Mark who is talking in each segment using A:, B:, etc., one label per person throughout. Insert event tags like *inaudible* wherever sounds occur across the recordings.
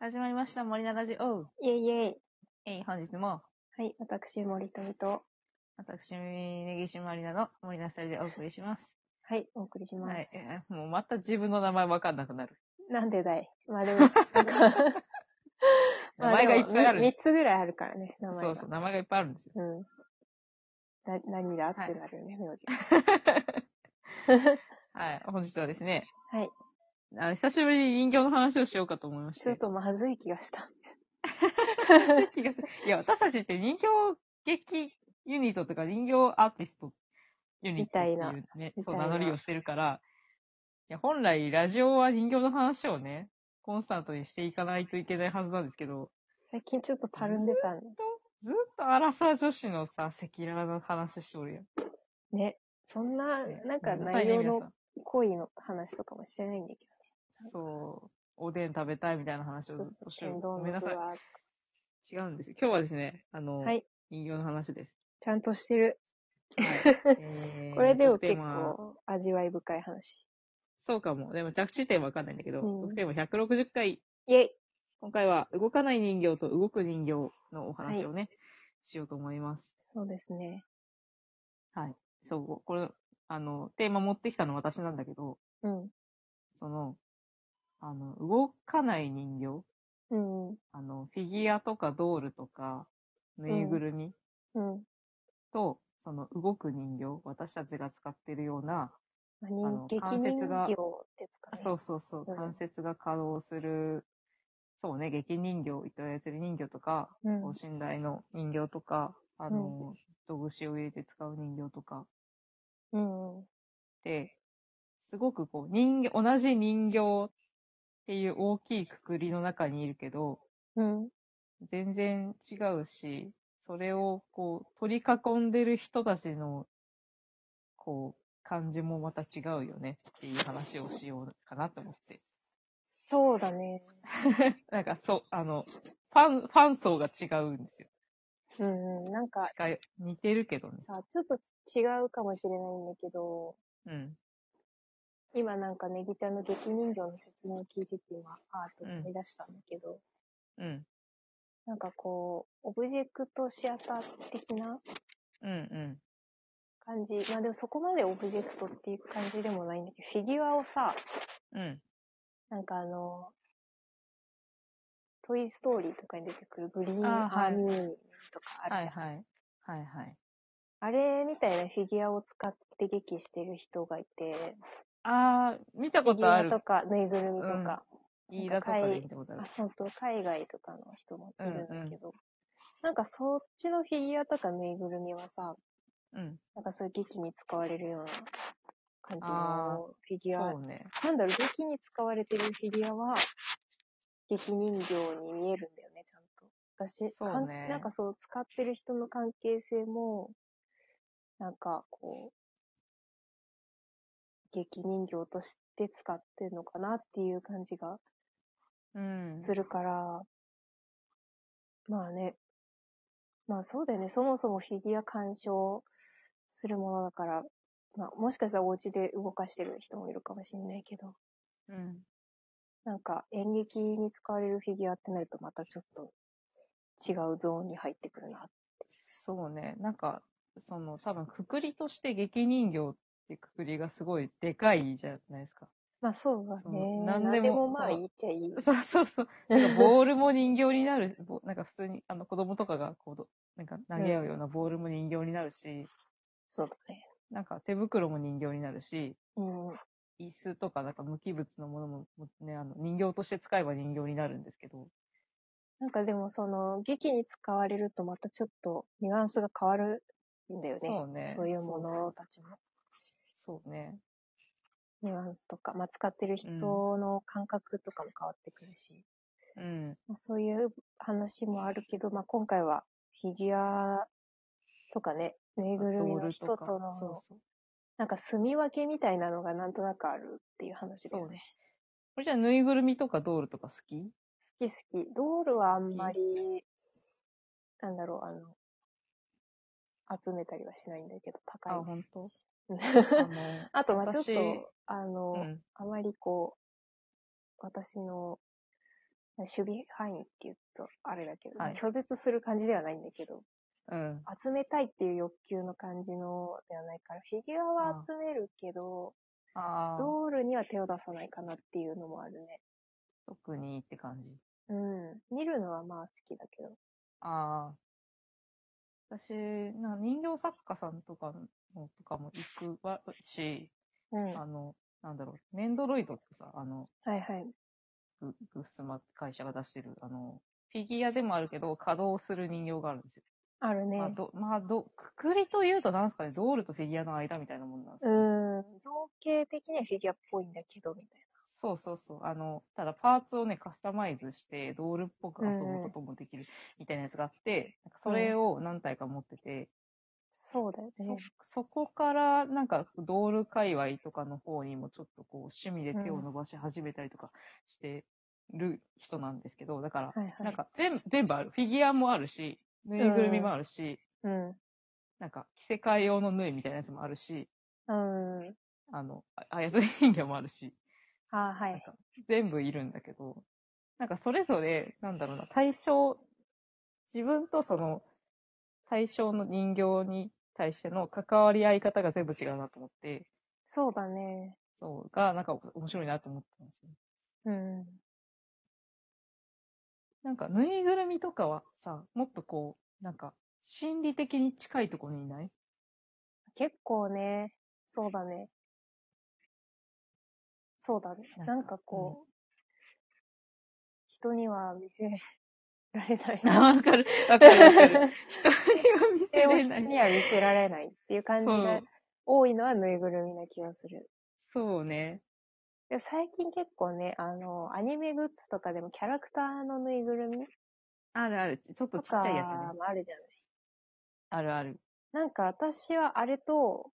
A: 始まりました、森永ラジオ。
B: イェイイェイ。
A: えい、本日も、
B: はい、私、森富と、
A: 私、根岸まりなの森永さりでお送りします。
B: はい、お送りします。
A: はい、えもうまた自分の名前わかんなくなる。
B: なんでだいま
A: *laughs*
B: あでも、なんか
A: 名前がいっぱいあるんで
B: 3つぐらいあるからね、
A: す。
B: 名前
A: そ
B: が。
A: うそう、名前がいっぱいあるんです *laughs* よ。
B: うん。な、何だって
A: はい
B: なるよね、名字。
A: はい、本日はですね、
B: はい。
A: あ久しぶりに人形の話をしようかと思いまし。
B: ちょってとまずい気がした。 *laughs*
A: *laughs* 気がするいや、私たちって人形劇ユニットとか人形アーティストユニットっていう
B: みたいな
A: ね、そ
B: みた
A: う
B: いな
A: 名乗りをしてるから、いや、本来ラジオは人形の話をね、コンスタントにしていかないといけないはずなんですけど、
B: 最近ちょっとたるんでたんだ
A: ずっとアラサー女子のさ、赤裸々な話しておるやん。
B: ね。そんな、
A: ね
B: なんか
A: ごめさい
B: 内
A: ね
B: 容
A: 皆
B: の
A: さん
B: 恋の話とかもしてないんだけ
A: そう。おでん食べたいみたいな話
B: ど。
A: を
B: そ
A: ず
B: う
A: っ
B: そ
A: と
B: う。
A: してる。
B: 天
A: ご
B: 丼
A: めん
B: の
A: な
B: 具
A: さい。
B: は。
A: 違うんですよ。今日はですね、あの、
B: はい、
A: 人形の話です。
B: ちゃんとしてる。
A: えー
B: *laughs* これでも
A: 得
B: 結
A: 点は
B: 構味わい深い話。
A: そうかも。でも着地点わかんないんだけど、
B: うん
A: 得点は160回。
B: イェイ
A: 今回は動かない人形と動く人形のお話をね、しようと思います。
B: そうですね。
A: はい。そう。これ、あの、テーマ持ってきたの私なんだけど、
B: うん。
A: その、あの、動かない人形
B: うん。
A: あの、フィギュアとかドールとか、ぬいぐるみ
B: うん。
A: と、その動く人形、私たちが使ってるような、あ
B: まあ、人
A: の
B: 劇
A: 関節
B: 人
A: が
B: 形ですか
A: あ
B: ね。
A: そうそうそう、
B: うん
A: 関節が稼働する、そうね、劇人形、糸やつり人形とか、
B: う
A: こ
B: ん
A: う。寝台の人形とか、あの、人串を入れて使う人形とか
B: うん。
A: で、すごくこう、人形、同じ人形っていう大きいくくりの中にいるけど、
B: うん。
A: 全然違うし、それをこう取り囲んでる人たちのこう感じもまた違うよねっていう話をしようかなと思って。
B: そうだね。
A: なんかそう、あの、ファン、ファン層が違うんですよ。
B: うんうん。なんか
A: 近い、似てるけどね。
B: さ、ちょっと違うかもしれないんだけど、
A: うん。
B: 今なんかねギターの劇人形の説明を聞いてて今、アートを思い出したんだけど、
A: うん。
B: なんかこう、オブジェクトシアター的な
A: うんうん。
B: 感じ。まあでもそこまでオブジェクトっていう感じでもないんだけど、フィギュアをさ、
A: うん。
B: なんかあの、トイストーリーとかに出てくるグリーン
A: あーはい
B: アーミーとかあるじゃん。
A: はいはい。はいはい。
B: あれみたいなフィギュアを使って劇してる人がいて、
A: あー、見た
B: フィ
A: こ
B: ギ
A: とあ
B: ュア
A: る
B: と。かぬいぐるみとか、
A: 飯田とかで見たことある
B: あ。本当海外とかの人もいるんだけど、なんかそっちのフィギュアとかぬいぐるみはさ、
A: うん。
B: なんかそういう劇に使われるような感じ
A: あ
B: のフィギュア
A: そう。ね。
B: なんだろう、劇に使われてるフィギュアは、劇人形に見えるんだよね、ちゃんと。私、
A: そう
B: かん
A: ね
B: なんかそう、使ってる人の関係性も、なんかこう、劇人形として使ってるのかなっていう感じが
A: うん。
B: するから、まあね、まあそうだよね、そもそもフィギュア鑑賞するものだから、まあもしかしたらお家で動かしてる人もいるかもしれないけど、
A: うん。
B: なんか演劇に使われるフィギュアってなるとまたちょっと違うゾーンに入ってくるな。
A: そうね。なんか、その、多分、くくりとして劇人形ってくくりがすごいでかいじゃないですか。
B: まあそうだね
A: う。ん何
B: 何
A: でも
B: でもまあ
A: そう
B: 言っちゃいい。
A: そうそうそう。なんかボールも人形になる、 *laughs* ぼなんか普通に、あの、子供とかが、こうど、なんか投げ合うようなボールも人形になるし、
B: *laughs* そうだね。
A: なんか手袋も人形になるし、
B: うん。
A: 椅子とか、なんか無機物のものも、もね、あの、人形として使えば人形になるんですけど、
B: なんかでもその劇に使われるとまたちょっとニュアンスが変わるんだよね。
A: そうね
B: そういうものたちも。
A: そうね。
B: ニュアンスとか、まあ、使ってる人の感覚とかも変わってくるし、
A: うん。
B: まあ、そういう話もあるけど、まあ、今回はフィギュアとかね、ぬいぐるみの人
A: か
B: との、
A: そうそう。
B: なんか住み分けみたいなのがなんとなくあるっていう話だよね。
A: これじゃあ、ぬいぐるみとかドールとか好き
B: 好き好き。ドールはあんまり、なんだろう、あの、集めたりはしないんだけど、高い。
A: あ、ほんと
B: あ
A: あの、
B: と、 *laughs* まあちょっ
A: 私
B: *laughs* と、あの、
A: うん。
B: あまりこう、私の守備範囲って言うと、あれだけど、
A: はい
B: 拒絶する感じではないんだけど、
A: うん。
B: 集めたいっていう欲求の感じのではないから、フィギュアは集めるけど、
A: ああ、
B: ドールには手を出さないかなっていうのもあるね。
A: 特にって感じ。
B: うん。見るのはまあ好きだけど。
A: ああ。私、な人形作家さんとかも、とかも行くわし、
B: うん。
A: あ
B: は
A: の、なんだろう、ネンドロイドってさ、あの、
B: いはい。
A: ググッスマ会社が出してる、あの、フィギュアでもあるけど、稼働する人形があるんですよ。
B: あるね。
A: まあ、ど、まあ、ど、くくりというとなんですかね、ドールとフィギュアの間みたいなもんなんです
B: う
A: よね
B: ーん。造形的にはフィギュアっぽいんだけど、みたい
A: そうそうそう。あの、ただパーツをね、カスタマイズして、ドールっぽく遊ぶこともできるみたいなやつがあって、なんかそれを何体か持ってて、
B: な。そうだよね。
A: そそこから、なんか、ドール界隈とかの方にもちょっとこう、趣味で手を伸ばし始めたりとかしてる人なんですけど、だから、
B: はいはい。
A: なんか全、全部ある。フィギュアもあるし、ぬいぐるみもあるし、
B: うん。
A: なんか、着せ替え用の縫いみたいなやつもあるし、
B: うん。
A: あの、あ *laughs* 操り人形もあるし。
B: あは
A: なん
B: い。
A: か全部いるんだけど、なんかそれぞれ、なんだろうな、対象、自分とその対象の人形に対しての関わり合い方が全部違うなと思って、
B: そうだね。
A: そう、が、なんか面白いなと思ったんですよ。
B: うん。
A: なんかぬいぐるみとかはさ、もっとこう、なんか心理的に近いところにいない
B: 結構ね、そうだね。そうだね。
A: なんか
B: なんかこう、人には見せられ
A: *laughs*
B: ない。
A: *laughs*
B: *laughs*
A: わかる、わかるわかる。 *laughs* 人には見せ
B: 人
A: れ
B: に
A: ない。
B: は見せられないっていう感じ
A: そう
B: が多いのはぬいぐるみな気がする。
A: そうね。
B: でも最近結構ね、あの、アニメグッズとかでもキャラクターのぬいぐるみ
A: あるある。ちょっと
B: と
A: ちっちゃ
B: か
A: いやつね。
B: もあるじゃない。
A: あるある。
B: なんか私はあれと、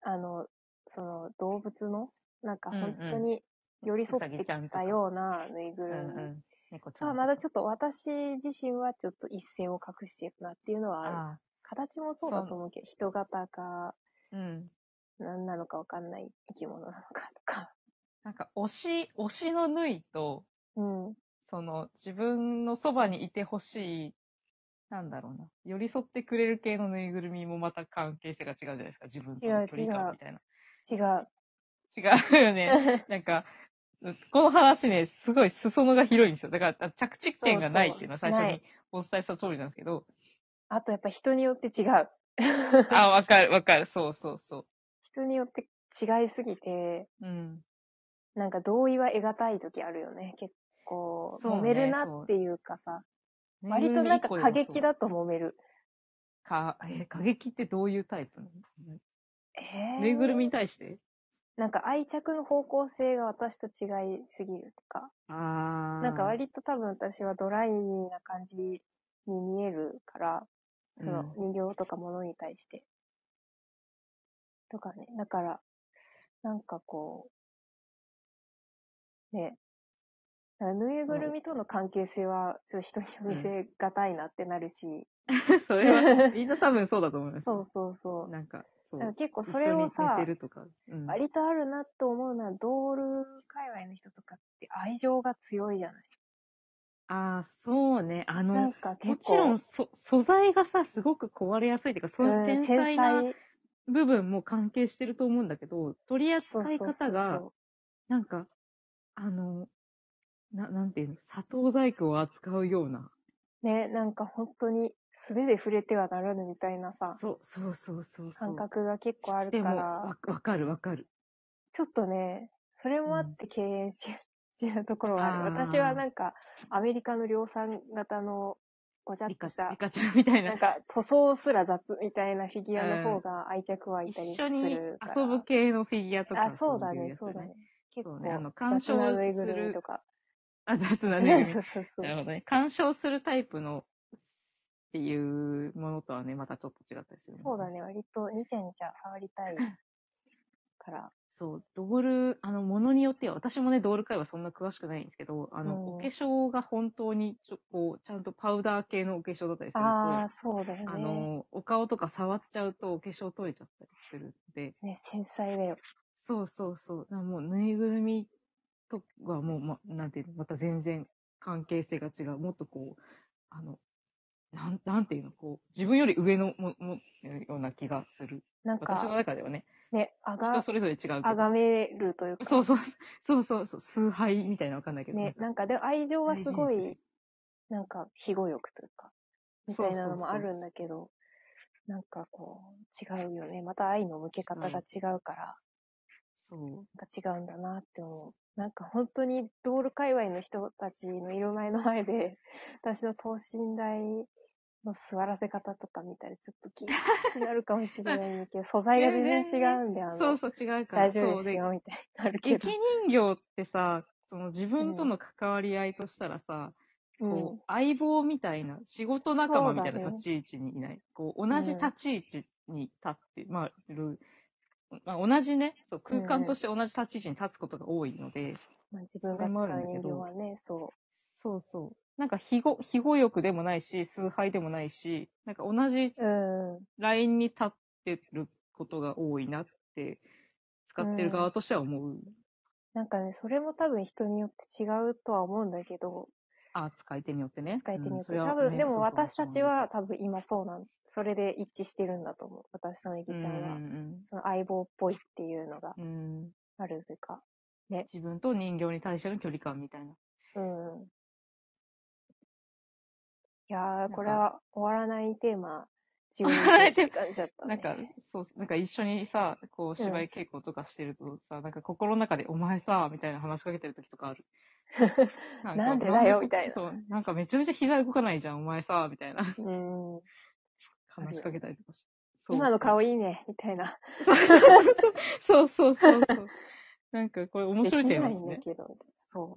B: あの、その動物の、なんか本当に寄り添って
A: うさぎちゃん
B: き
A: とか
B: たようなぬいうぐ
A: んう
B: るみ
A: ん。猫ちゃん
B: ま
A: とか。
B: あまだちょっと私自身はちょっと一線を隠しているなっていうのはある。
A: ああ、
B: 形もそうだと思うけど、人型か、
A: うん。
B: 何なのかわかんない生き物なのかとか。
A: なんか、推し、推しの縫いと、
B: うん。
A: その、自分のそばにいてほしい、なんだろうな、寄り添ってくれる系のぬいぐるみもまた関係性が違うじゃないですか、自分と
B: 違
A: の
B: う
A: 距離感みたいな。
B: 違う。
A: 違うよね。なんか、この話ね、すごい裾野が広いんですよ。だから、着地点がないっていうのは
B: そう
A: 最
B: そう
A: 初にお伝えした通りなんですけ
B: *laughs*
A: ど、
B: *laughs* あとやっぱ人によって違う。
A: あ、わかるわかる、そうそうそ
B: 人によって違いすぎて、
A: う。うん。
B: なんか同意は得難い時あるよね。結構、
A: そうね
B: 揉めるなっていうかさ、割となんか過激だと揉める。
A: か、えー過激ってどういうタイプなの
B: えー
A: ぬいぐるみに対して
B: なんか愛着の方向性が私と違いすぎるとか、
A: あー
B: なんか割と多分私はドライな感じに見えるから、その人形とか物に対して。とかね、だから、なんかこう、ね、なんかぬいぐるみとの関係性は、ちょっと人には見せがたいなってなるし、
A: *laughs* それ
B: *laughs*
A: は、みんな多分そうだと思います。
B: そうそうそう。
A: なんか、そ
B: だから
A: う。
B: 結構それをさ
A: 一緒に寝、てるとか。うん、
B: 割とあるなと思うのは、ドール界隈の人とかって愛情が強いじゃない。
A: ああ、そうね。あ
B: な
A: の
B: ん、か
A: も
B: 結
A: ち
B: 構、
A: ろん、そ、素材がさ、すごく壊れやすいっていうか、そういう
B: う
A: 繊
B: ん
A: 細な部分も関係してると思うんだけど、取り
B: そう
A: 扱
B: そう
A: い
B: そうそう
A: 方が、なんか、あの、な、なんていうの、砂糖細工を扱うような。
B: ね、なんか本当に素手で触れてはならぬみたいなさ、
A: そう、そうそうそうそう。
B: 感覚が結構あるか
A: でも、
B: ら
A: わ、わかるわかる。
B: ちょっとね、それもあって敬遠し、しちゃうところはある。
A: あー
B: 私はなんか、アメリカの量産型のごちゃっ
A: リ
B: と
A: カ、
B: した
A: リ、カちゃんみたいな
B: なん。か塗装すら雑みたいなフィギュアの方が愛着湧いたり
A: 一
B: す
A: 緒に
B: るから。
A: 遊ぶ系のフィギュアとか。
B: あ、そうだ
A: い
B: ね
A: や、つ
B: そうだね。。結構、
A: そうねあの
B: 雑
A: 干渉
B: なぬいぐるみとか。
A: あ、雑な *laughs* ね。
B: *laughs* そうそうそう
A: な。るほどね。干渉するタイプのっていうものとはね、またちょっと違ったりする、
B: そうだ。ね、割とにちゃにちゃ触りたいから。
A: そう、ドール、あの、ものによっては、私もね、ドール界はそんな詳しくないんですけど、あの、
B: うん
A: お化粧が本当にちょ、こう、ちゃんとパウダー系のお化粧だったりすると、
B: あ
A: あ
B: あ、そうだよね。
A: の、お顔とか触っちゃうとお化粧取れちゃったりするんで、
B: ね、繊細だよ。
A: そうそうそう、だからもうぬいぐるみとはもう、ま、なんていうの、また全然関係性が違う。もっとこう、あの、なん、なんていうの、こう、自分より上のも、も、ような気がする。
B: なん
A: 私の
B: か、
A: 中ではね、
B: ね、あ
A: 人
B: が、
A: それぞれ違うけど。
B: あがめるというか、
A: そうそう、そうそうそう、崇拝みたいなのわかんないけど。
B: ね、なんか、でも愛情はすご
A: 大事にす
B: い
A: る、
B: なんか、非語欲というか、みたいなのもあるんだけど、なんかこう、違うよね。また愛の向け方が違うから、
A: そう。
B: なんか違うんだなって思う。なんか本当に道路界隈の人たちの色前の前で、 *laughs* 私の等身大の座らせ方とか見たらちょっ
A: *laughs*
B: と気になるかもしれないんだけど、素材が全然違うんで、
A: そ
B: あ
A: う
B: の、
A: そう、違うから。
B: 大丈
A: そ
B: 夫
A: う
B: です
A: で
B: よ、みたいになるけ
A: 劇
B: ど。
A: 人形ってさ、その自分との関わり合いとしたらさ、こう、相棒みたいな、仕事仲間みたい
B: そう
A: な
B: だね
A: 立ち位置にいない。こう、同じ立ち位置に立って、まあ、る、まあ、同じね、そう、空間として同じ立ち位置に立つことが多いので、
B: まあ、自分が使う人形はね、そ
A: そうそう。なんか、非語、非語欲でもないし、崇拝でもないし、なんか同じ
B: う。うん。
A: ラインに立ってることが多いなって、使ってる側としては思う。
B: なんかね、それも多分人によって違うとは思うんだけど、
A: あ、使い手によってね。
B: 使い手によって、
A: うんそれは
B: 多分、
A: ね
B: で
A: そう
B: も
A: そう
B: 私たちは
A: そ
B: 多分今そうなん、それで一致してるんだと思う。私とめ
A: う
B: ぎ
A: なん
B: ち
A: だ
B: ゃんは
A: う。ん
B: その相棒っぽいっていうのが
A: うんうん。うん
B: あるというか、
A: 自分と人形に対しての距離感みたいな。
B: うん。いや
A: んか
B: ー、これは終わらないテーマ、終
A: わらないテーマ
B: 感じだった、
A: な
B: ね。
A: んか、そう、なんか一緒にさ、こう芝居稽古とかしてるとさ、なんか心の中でお前さ、みたいな話しかけてる時とかあ
B: *laughs*
A: る。な
B: なんでだよみたいな
A: そう、なんかめちゃめちゃ膝動かないじゃん、お前さ、みたいな
B: うん。
A: 話しかけたりとかして。そう
B: 今の
A: *laughs*
B: 顔いいね、みたいな。
A: そうそうそうそうそう。なんかこれ面白いテーマ
B: で
A: です
B: きないん
A: ね
B: だ。けど。